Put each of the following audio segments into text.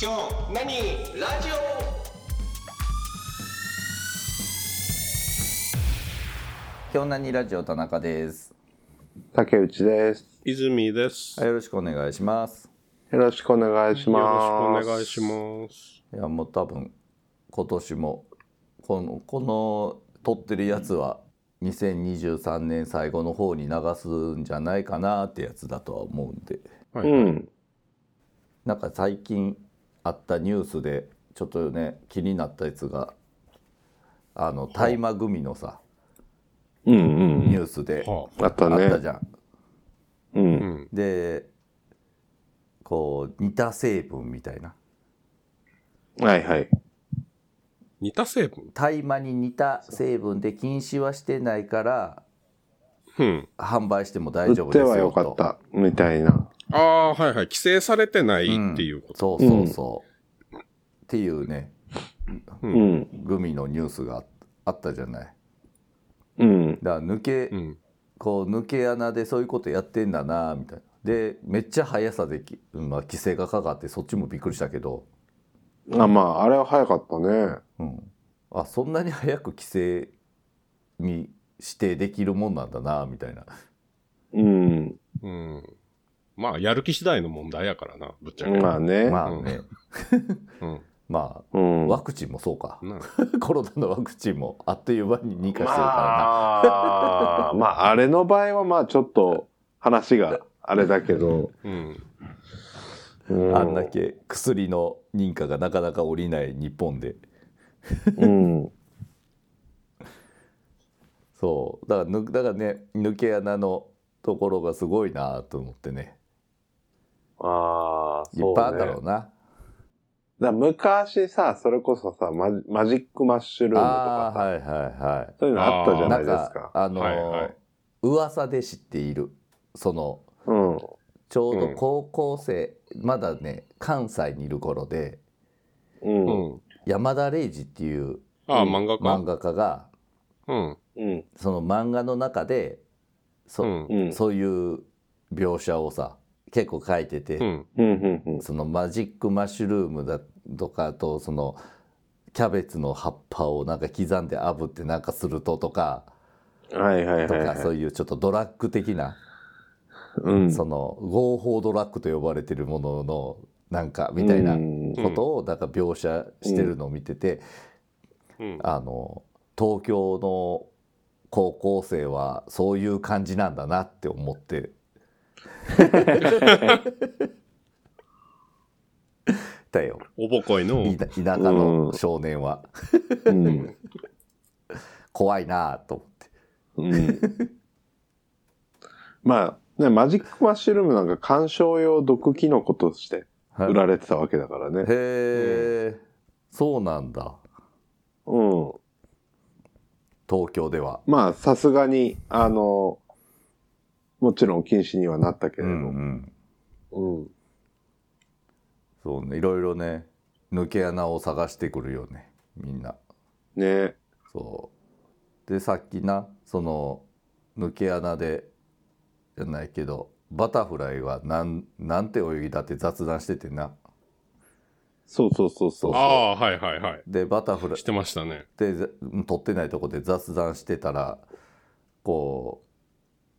今日何ラジオ京南ラジオ田中です。竹内です。泉です。はいよろしくお願いします。よろしくお願いしよまろす。しくお願いします。いやもう多分今年もこのこの撮ってるやつは2023年最後の方に流すんじゃないかなってやつだとは思うんで、はうい、ん。なんか最近あったニュースでちょっとね気になったやつがあの大麻組のさうんうん。ニュースではあったあね。ったじゃん。う。あ、うんん。でこう似た成分みたいなはいはい。似た成分。大麻に似た成分で禁止はしてないからうん。販売しても大売丈夫っでてすよとはよかった。みたいな。ああ、はいはい。規制されてないうんっていうこと。そうそうそう、っていうねううんん。グミのニュースがあったじゃないうん。だから抜け、うん。こう抜け穴でそういうことやってんだなみたいなでめっちゃ速さでき、まあ、規制がかかってそっちもびっくりしたけど、あ、まあ、あれは早かったね。うん、あそんなに早く規制に指定できるもんなんだなみたいなうん。うん。まあ、やる気次第の問題やからな、ぶっちゃけ。まあね。まあね、うん。まあうん。ワクチンもそうかなコロナのワクチンもあっという間に認可してるかまあ、まあ、あれの場合は、まあ、ちょっと話があれだけど。うん。らうな、あんだけ薬の認可がなかなか下りない日本でうん。そうだからぬだからね抜け穴のところがすごいなと思ってねああ、いっぱいあそうっねたろうなだから昔さ、それこそさ、マジマジックマッシュルームとあかあさ、はいはいはそういうのあったじいゃーなないんですかか。あのー、はいはい噂で知っているそのうん。ちょうど高校生、まだね関西にいる頃でう。うんん。山田礼二っていうああ、漫画漫か。画家がうん。うん。その漫画の中でそ,、うん。うん。うん。そういう描写をさ結構書いてて、うん。うん。うん。そのマジックマッシュルームだとかあとそのキャベツの葉っぱをなんか刻んで炙ってなんかするととかはいはいとはい、かはい。そういうちょっとドラッグ的なうんその合法ドラッグと呼ばれてるもののなんかみたいなうんことをなんか描写してるのを見てて、うん。あの東京の高校生はそういう感じなんだなって思 って。だよおぼこいの。い田田舎の少年はうん怖いなぁと思ってうん、まあ、ね、マジックマッシュルームなんか観賞用毒キノコとして売られてたわけだからね。へえ、そうなんだうん。東京ではまあ、さすがに、あの、もちろん禁止にはなったけれうど。んうんうんそうねいろいろね抜け穴を探してくるよねみんなね。そうでさっきなその抜け穴でじゃないけどバタフライはなんなんて泳ぎだって雑談しててなそうそうそうそう。ああ、はいはいはい。でバタフライしてましたね。でざ撮ってないとこで雑談してたらこ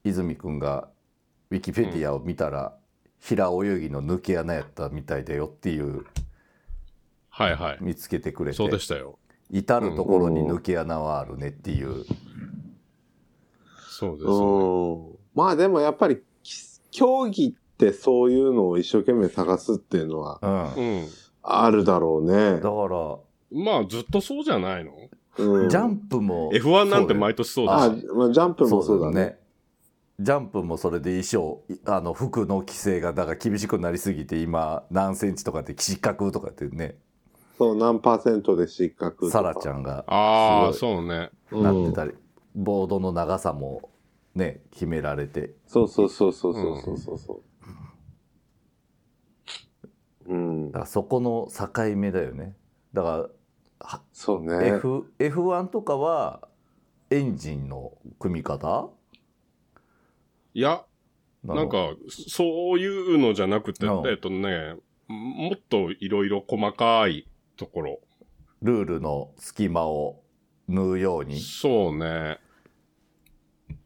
う泉くんがウィキペディアを見たら、平泳ぎの抜け穴やったみたいだよっていうはいはい。見つけてくれてそうでしたよ。至る所に抜け穴はあるねっていう、そうですよね。うん。まあでもやっぱり、き競技ってそういうのを一生懸命探すっていうのはうんあるだろうねだ。からうん。まあ、ずっとそうじゃないのうん、ジャンプも ?F1 なんて毎年そうだあし。、まあ、ジャンプもそそううだよだね。ねジャンプもそれで衣装いあの服の規制がだから厳しくなりすぎて今何センチとかって失格とかってねそう、何パーセントで失格とか。サラちゃんがああ、すそうね。ごいなってたり、ボードの長さもね決められてそうそうそうそうそうそうそう。うん。だからそこの境目だよねだかそうら、ね。 F F1 とかはエンジンの組み方いや、なのなんか、そういうのじゃなくて、うんえっとね、もっといろいろ細かいところ。ルールの隙間を縫うようにそうね。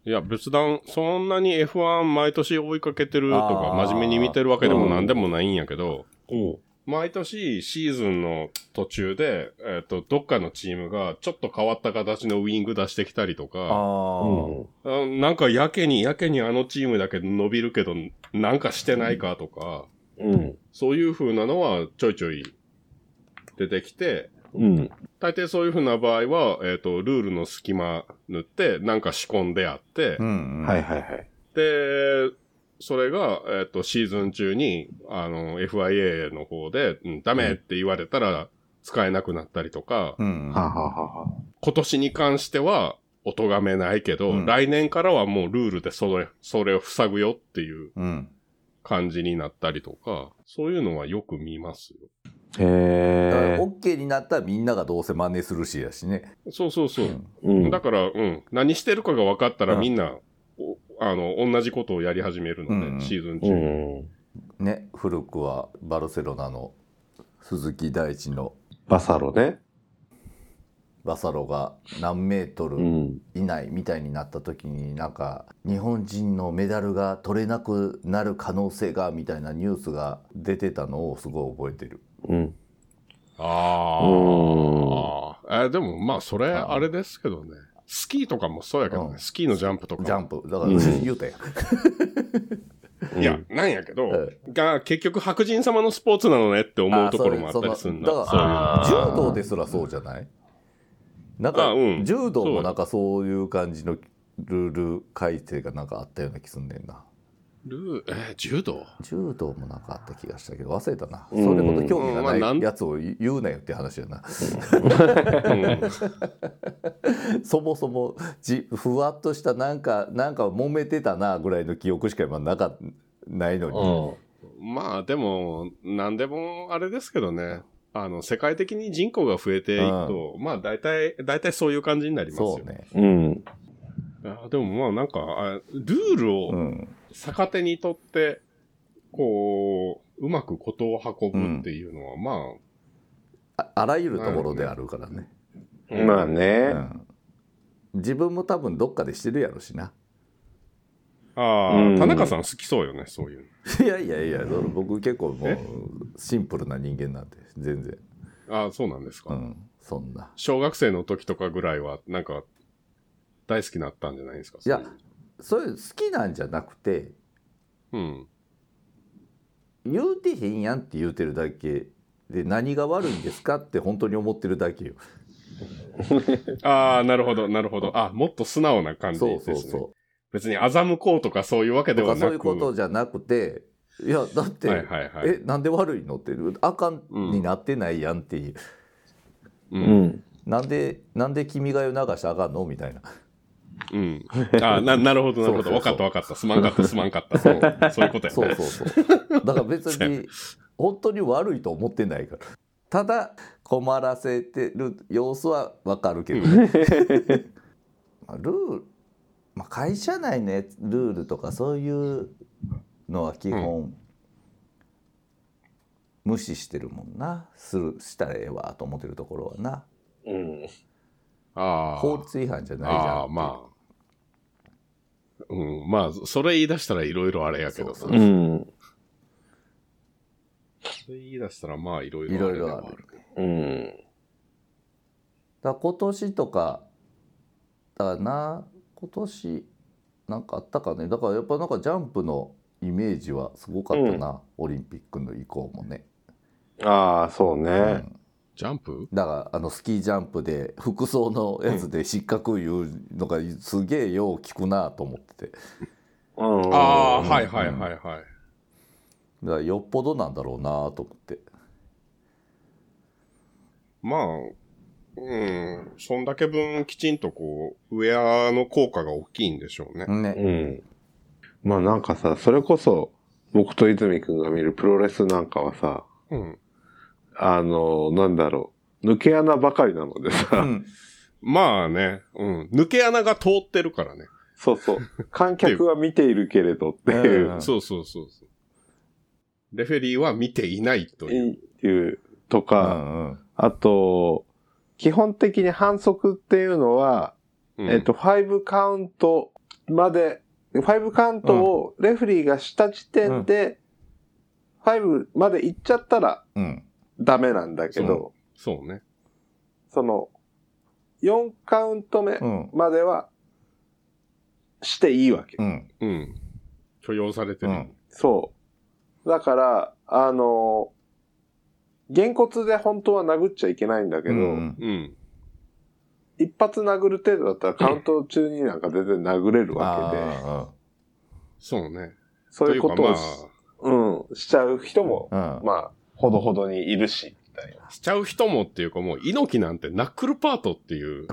いや、仏壇、そんなに F1 毎年追いかけてるとかあ、ー真面目に見てるわけでうもんなんでもないんやけど、うん。毎年シーズンの途中で、えっ、と、どっかのチームがちょっと変わった形のウィング出してきたりとあか、ー、あなんかやけにやけにあのチームだけ伸びるけど、なんかしてないかとか、うん。そういう風なのはちょいちょい出てきて、うん。大抵そういう風な場合は、えっ、と、ルールの隙間塗って、なんか仕込んであって、うんうん、はいはいはい。で、それが、えっ、と、シーズン中に、あの、FIA の方で、うん、ダメって言われたら使えなくなったりとか、うんはあ、はあはあはあ。今年に関しては、お咎めないけど、うん来年からはもうルールでそれ、それを塞ぐよっていううん、感じになったりとか、そういうのはよく見ますよ。へだからえ。 OK になったらみんながどうせ真似するしやしね、そうそうそう。うんだから、うん、何してるかが分かったらうんみんな、おあの、同じことをやり始めるので、うんシーズン中。うん。ね古くはバルセロナの鈴木大地のバサロね。バサロが何メートうルん。以内みたいになった時になんか日本人のメダルが取れなくなる可能性がみたいなニュースが出てたのをすごい覚えてるうん。ああ。え、でも、まあ、それ、あーあれですけどね。スキーとかもそうやけどね。うんスキーのジャンプとか。ジャンプだからうん言うたやん、いや、なんやけど、えが、結局白人様のスポーツなのねって思うところもあったりするんだ。あそれそそういうののあー柔道ですらそうじゃないなんか、あうん柔道もなんかそういう感じのルール改正がなんかあったような気すんねんなルー、えー柔道柔道もなんかあった気がしたけど忘れたな、うんそれほど興味うんまがあななんいやつを言うなよって話や な、うん そもそもじふわっとしたなんかなんか揉めてたなぐらいの記憶しか今なかないのに、まあでも、なんでもあれですけどね。あの、世界的に人口が増えていくと、まあ大体、大体そういう感じになりますよそ。うねうん。あでもまあなんか、あルールうをん逆手にとって、こう、うまくことを運ぶっていうのは、まあ、ああらゆるところであるからね、うんまあね。うん、自分も多分どっかでしてるやろしなああ、うん田中さん好きそうよね、そういう いやいやいやその僕結構もうシンプルな人間なんで全然、の。ああ、そうなんですか。うん、そんな小学生の時とかぐらいは、なんか、大好きになったんじゃないですか。いやそそううういうの好きなんじゃなくてうん。言うてへんやんって言うてるだけで何が悪いんですかって本当に思ってるだけよ。ああ、なるほど、なるほど。あ、もっと素直な感じですそねう。そうそ別に欺こうとかそういうわけう。でとはかなそうくいうことじゃなくていやだって、はいはいはい。えなんで悪いのってあかんになってないやんっていう、う。うんん。なんでなんで君が代流したらあかんのみたいなうん。あな、なるほど、なそうるほそうそど。うわかったわかった。すまんかった、すまんかっ た。そう、そういうことやね。そうそうそうだから別 に本当に悪いと思ってないからただ困らせてる様子はわかるけど ね、まあルール、まあ、会社内のやつルールとかそういうのは基本無視してるもんなするしたらええわと思ってるところはなうん。ああ。法律違反じゃないじゃんああ、まあ。うん、まあ、それ言い出したらいろいろあれやけどさ。そそううそん。れ言い出したらまあいろいろいろいろあではるうん。だから今年とかだな今年なんかあったかねだからやっぱなんかジャンプのイメージはすごかったな、オリンピックの以降もね、ああ、そううね。んジャンプだからあのスキージャンプで服装のやつで失格いうのがすげえよう聞くなと思っててうん。ああ、うんはいはいはいはい。だからよっぽどなんだろうなと思ってまあ、うん、そんだけ分きちんとこう、ウェアの効果が大きいんでしょうね。ねうん。まあなんかさ、それこそ、僕と泉くんが見るプロレスなんかはさ、うん。あの、なんだろう、抜け穴ばかりなのでうさ、 んまあね、うん。抜け穴が通ってるからね。そうそう、観客は見ているけれどっていうう。んそうそうそうそう。レフェリーは見ていないという。っていう、とうか、んうん。あと、基本的に反則っていうのは、うんえっと、ファイブカウントまで、ファイブカウントをレフェリーがした時点で、ファイブまで行っちゃったらうん。ダメなんだけど、そうね。その、4カウント目うん。までは、していいわけ。うん。うん。許容されてる。うんそう。だから、あの、げんこつで本当は殴っちゃいけないんだけど、うんうん。一発殴る程度だったらカウント中になんか全然殴れるわ けで、あそうね。そういうことをとし,、いうかうん、しちゃう人も、ーうん。まあ、ほどほどにいるし、みたいなま。あ、しちゃう人もっていうかもう、猪木なんてナックルパートっていう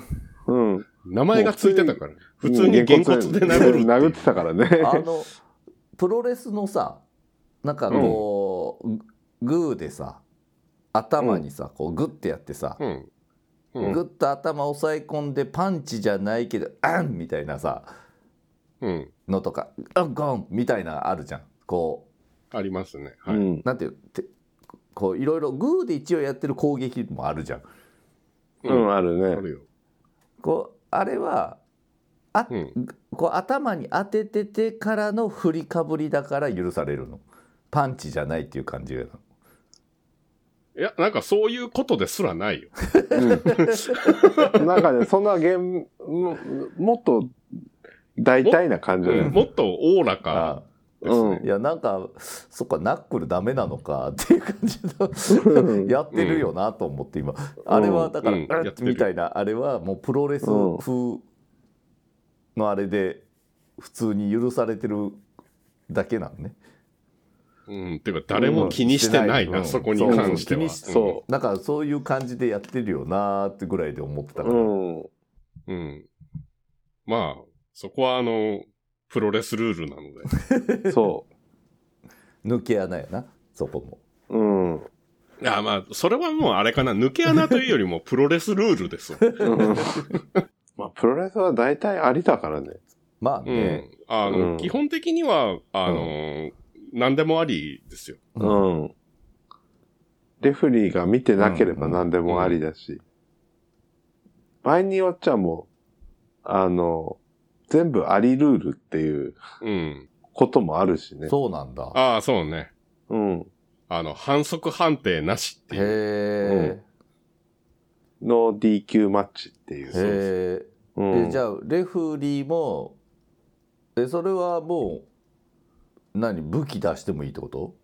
うん。名前がついてたから。普通にげんこつで殴るっていう。殴ってたからね。あのプロレスのさなんかこう、グーでさ頭にさこうグッてやってさ、うん。うんグッと頭押さえ込んでパンチじゃないけど「あん!」みたいなさうん。のとか「あんゴン!」みたいなあるじゃんこありますね。う。はい。うんなんていうてこういろいろグーで一応やってる攻撃もあるじゃん。ううんん、あるあね。るよ。こうあれはあ、うんこう頭に当てててからの振りかぶりだから許されるのパンチじゃないっていう感じがいや、なんかそういうことですらないよ。うん。なんかね、そんなゲーム、ももっと大体な感じだうんね。もっとおおらかあですうねん。いやなんかそっかナックルダメなのかっていう感じうんの やってるよなと思って今、あれはだから、うんあやってるみたいなあれはもうプロレスうん風のあれで普通に許されてるだけなのねうん。っていうか、誰も気にしてないな、うんそこに関してそうそうは。気にしだからそういう感じでやってるよなーってぐらいで思ってたから、うん。うん。うん。まあ、そこはあの、プロレスルールなので。そ抜け穴やなそこもう。うん。うんいや、まあ、それはもうあれかな、抜け穴というよりもプロレスルールですわ。まあ、プロレスは大体ありだからね。まあうね、ん。あの、うん基本的には、あのー、何でもありですよ。うん。レフェリーが見てなければ何でもありだし、場合によっちゃもう、あの、全部ありルールっていううん。こともあるしね。そうなんだああ、そうね。うん。あの、反則判定なしってへいう。え、ノー DQ マッチっていへう。えうん、えじゃあレフリーもえそれはもう何武器出してもいいってこと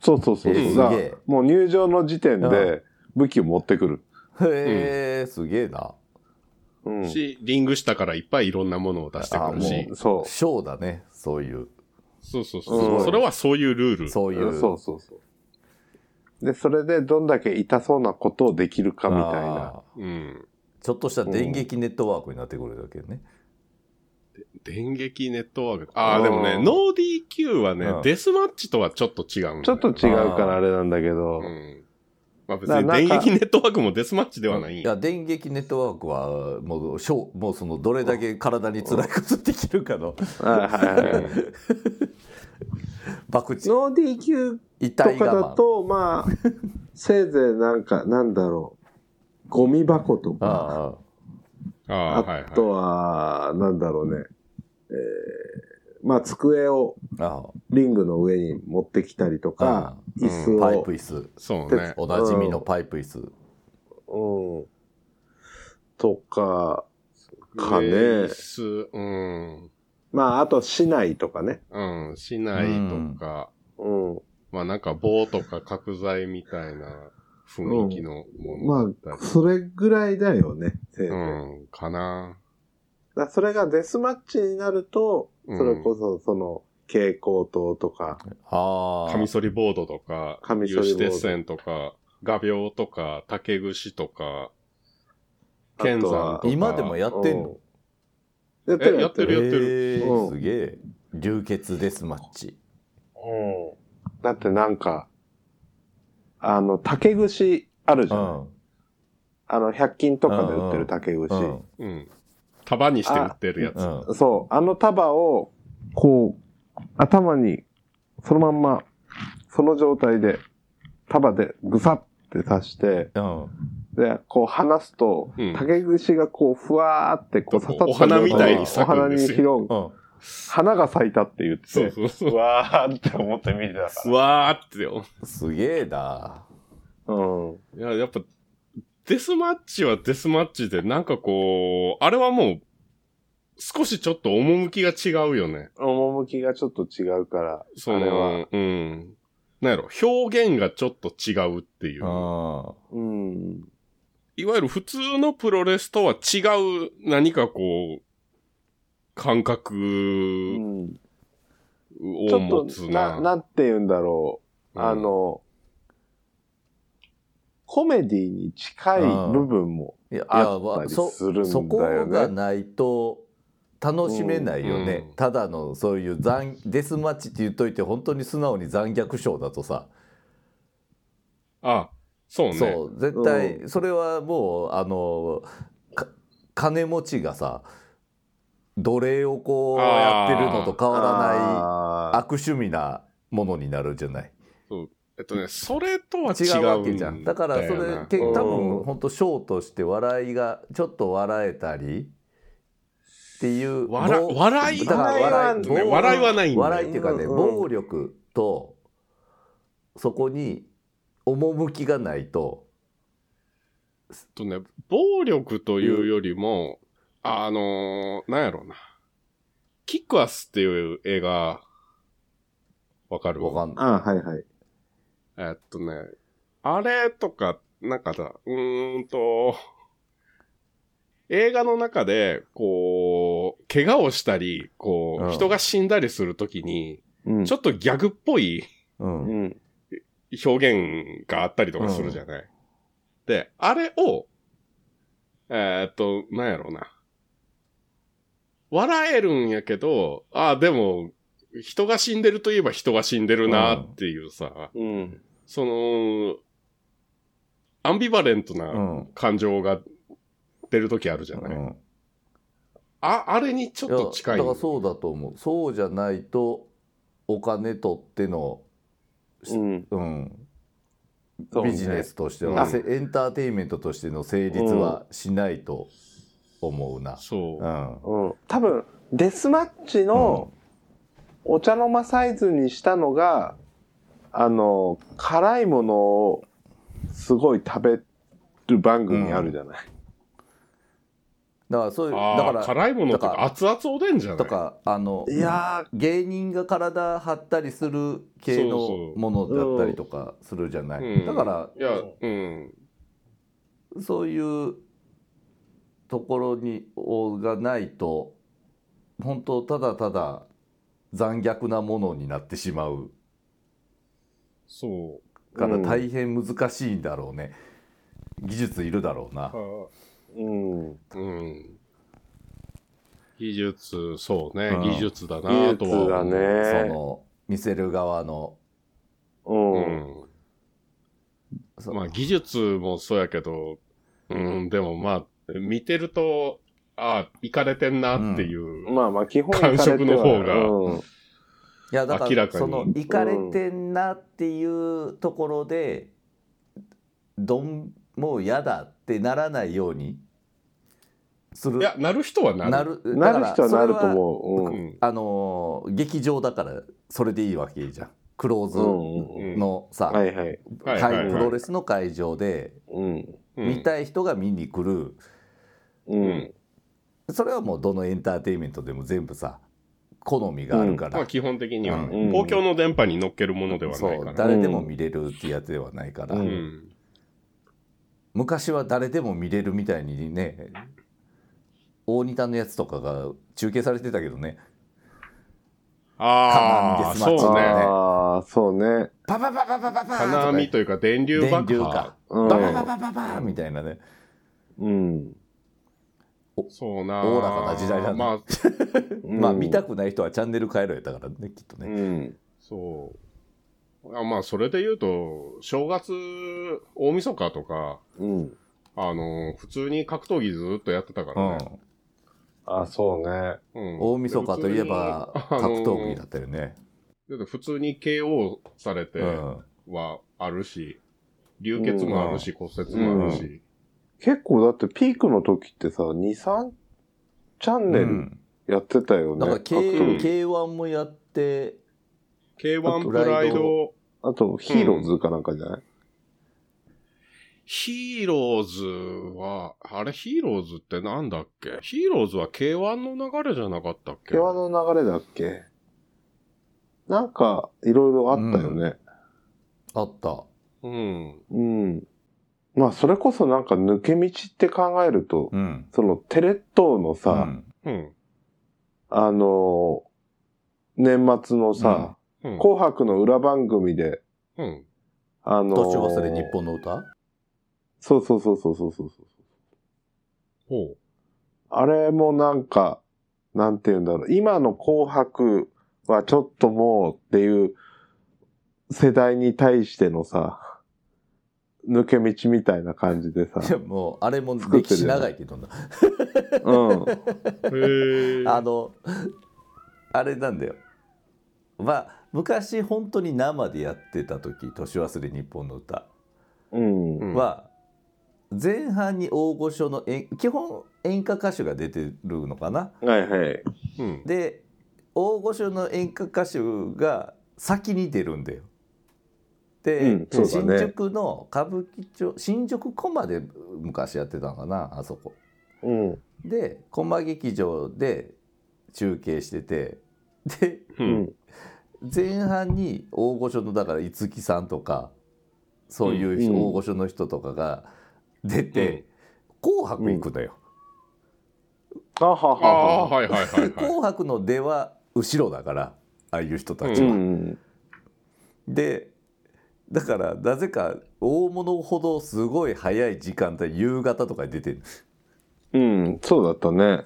そうそうそうそう。えーだかすげらえもう入場の時点うで武器を持ってくる。へえ、すげえなうん。し、リング下からいっぱいいろんなものを出してくるあしも。そショーだねそういうそうそううそう。んそれはそういうルール。そうう。いうんうそうそうそう。で、それでどんだけ痛そうなことをできるかみたいな。あーうん。ちょっとした電撃ネットワークになってくるだけね、電撃ネットワーク。ああ、でもね、うんノー DQ はねうん、デスマッチとはちょっと違うんだよ。ちょっと違うからあれなんだけど。うん。まあ別だにからな電んか撃ネットワークもデスマッチではない。いや電撃ネットワークはもうショーもうそのどれだけ体に辛いことできるかのはいはいはい。爆打ノー DQ 痛といか我慢だと、まあ、せいぜいなんか、なんだろう、ゴミ箱とあか、ああああああ、はいはい。とは、なんだろうね、えーまあ、机をあリングの上に持ってきたりとか、うん椅子あパイをプ、椅そうね。子おなじみのパイプ椅子、うん、とか、かね椅子、うん。まあ、あと市内とかね、うん、市内とか、うん、まあなんか棒とか角材みたいな雰囲気のもまのだっあ、たり。それぐらいだよね、せいぜい。うん、かな。だからそれがデスマッチになると、うんそれこそその蛍光灯とか、ああカミソリボードとか、カミソ有リボー刺ド鉄線とか、画鋲とか、竹串とか、あとは剣山とか。今でもやってんのやってるえやってる。やってるへーうんすげえ流血デスマッチうんだってなんか、あの、竹串あるじうゃん。ん、あの、100均とかで売ってる竹う串。ん、うん。束にして売ってるやつ。うんそう、あの束を、こう、頭に、そのまんま、その状態で、束でぐさって刺して、うん。で、こう離すと、うん竹串がこう、ふわーってこうそう刺さったお花みたいにお咲く花んでにすよ拾う。うん。花が咲いたって言って。そうそうそうわーって思って見てたかう。わーってよ。すげえな。うん。いや、やっぱ、デスマッチはデスマッチで、なんかこう、あれはもう、少しちょっと趣が違うよね。趣がちょっと違うから、そのあれは。うん。なんやろ、表現がちょっと違うっていうう。ん。うん。いわゆる普通のプロレスとは違う何かこう、感う覚ん。ちをょ持っとつ、な、な。なんて言うんだろう。うんあの、コメディに近い部分も。いや、いやあったりそするんだよねそこがないと楽しめないよね、うんただのそういう残デスマッチって言っといて本当に素直に残虐賞だとさ、あ、そうね。そう絶対それはもうあのか金持ちがさ奴隷をこうやあっーてるのと変わらないあ悪趣味なものになるじゃないえっとね、それとは違違ううわけじゃんだからそれけうん多分本当ショーとして笑いがちょっと笑えたりっていう笑ぼ笑い、だから笑いね笑いはないんだよ笑いっていうかね、うんうん暴力とそこに趣がないとえっとね、暴力というよりも、あのー、なんやろうな。キックアスっていう映画、わかるわかんない。あ。ああ、はいはい。えっとね、あれとか、なんかさ、うーんと、映画の中で、こう、怪我をしたり、こうんう、人が死んだりするときに、うん。ちょっとギャグっぽいうんうん。表現があったりとかするじゃない。で、あれを、えーっと、なんやろうな。笑えるんやけど、ああ、でも、人が死んでるといえば人が死んでるなっていうさ、うん。その、アンビバレントうなん感情が出るときあるじゃない、うんあ、あれにちょっいやと近い。だからそうだと思うそうじゃないとお金取っての、うん。うんそうねビジネスとしてうの、んせエンターテインメントとしての成立はしないと思うな。そうう。んうん。多分、デスマッチのお茶の間サイズにしたのが、あの、辛いものをすごい食べる番組あるじゃない。だからそういうだあかあ、ら辛いものだとかから熱々おでんじゃないとかあのいやー、芸人が体張ったりする系のものだったりとかするじゃない、うんだからいや、うん。そういうところにがないと本当ただただ残虐なものになってしまうそう。から大変難しいんだろうね、技術いるだろうな、うん。うん。技術、そうね、うん技術だな技と術はだ思う。そね。の見せる側のうん。そうん。まあ技術もそうやけど、うん、でもまあ、見てると、ああ、いかれてんなっていう。まあまあ基本行かれては感触の方がうんいやだか明ららかにその行かれてんなっていうところで、どんもう嫌だってならないようにするいや、なる人はなる。なるだなかるら人はなるとそれはう思う。うんん。あのー劇場だからそれでいいわけじゃんクロうーんうんズのさ、はいはい。はい会はいはいプロレスの会場でうん。うん見たい人が見に来る、うん。それはもうどのエンターテインメントでも全部さ好みがあるから、まあ基本的には、ねうん公共の電波に乗っけるものではなそいかうら。誰でも見れるってやつではないから。ううんん。昔は誰でも見れるみたいにね大仁田のやつとかが中継されてたけどねあ金あ、網ですそマうッチね。ああ、そうね。パパパパパパパーと金か網というか電流電爆流破か。うパパパん。パパパーみたいなねうん。そうな。おおらかな時代だねまあ、まあ見たくない人はチャンネル変えろやったからねきっとうねん。そう。あまあ、それで言うと、正月、大晦日とか、うん。あの普通に格闘技ずっとやってたかうらんね。あそうね。うん大晦日といえば普通にあの格闘技だったよねだって普通に KO されてうんはあるし、流血もあるし、骨折もあるし。結構だってピークの時ってさ、2、3チャンネルやってたよね。なんか K、うん K1 もやって、 K1 プライド、あと、ヒーローズかなんかじゃない、ヒーローズは、あれヒーローズってなんだっけヒーローズは K1 の流れじゃなかったっけ毛輪の流れだっけなんか、いろいろあったよね。あった。うん。うん。まあ、それこそなんか抜け道って考えると、うん。そのテレ東のさ、うんうん。あのー年末のさ、うん。紅白の裏番組で、うん。あのー年忘れ日本の歌 そうそうそうそうそうそうそう。ほ う。あれもなんか、なんて言うんだろう。今の紅白はちょっともうっていう世代に対してのさ、抜け道みたいな感じでさ。いやもうあれも作っ歴てる史よね長いけどな、うん。へーあの あれなんだよまあ昔本当に生でやってた時「年忘れ日本の歌うん。うんは、前半に大御所の演基本演歌歌手が出てるのかなはいはい。うん。で大御所の演歌歌手が先に出るんだよ。で、うんそうだね新宿の歌舞伎町新宿コマで昔やってたのかなあそこ。うん。で駒劇場で中継しててでう。うんん。前半に大御所のだから五木さんとかそういう人うん大御所の人とかが出て「紅白」行くのよ。あははああ、はは。はいはいはいはい。紅白の出は後ろだからああいう人たちうは。ん。でだからなぜか大物ほどすごい早い時間帯夕方とかに出てるうん。そうだったね。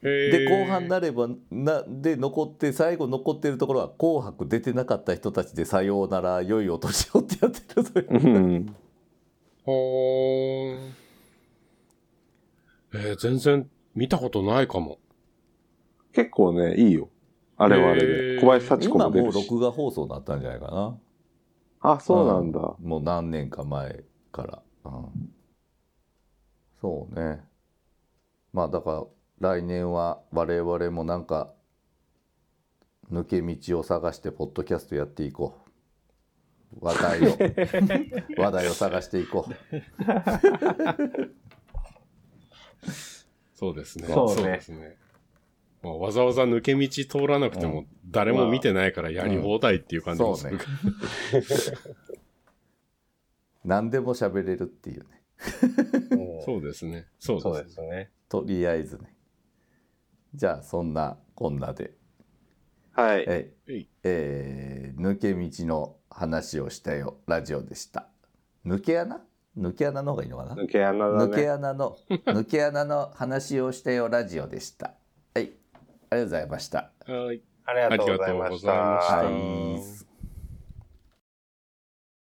でで後半になればなで残って最後残ってるところは「紅白」出てなかった人たちで「さようなら良いお年を」ってやってるのようん。ほーん。えー、全然見たことないかも。結構ね、いいよ。あれはあれへで。ー小林幸子今も出もうるし。録画放送になったんじゃないかなあ、そうなんだ。もう何年か前から、うん、そうねまあだから来年は我々もなんか抜け道を探してポッドキャストやっていこう話題を話題を探していこうそうですね。そうねですね。まあ、わざわざ抜け道通らなくてうも、誰も見てないからやり放題っていう感じもするから。何でも喋れるっていうねそそうですね。そううそうですですね。とりあえずねじゃあそんなこんなではい。ええいえー抜け道の話をしたよラジオでした抜け穴抜け穴の方がいいのかな抜け穴だ抜けね。穴の 抜け穴の話をしたよラジオでしたはいありがとうございましたはい。ありがとうございました。ありがとうございましはたい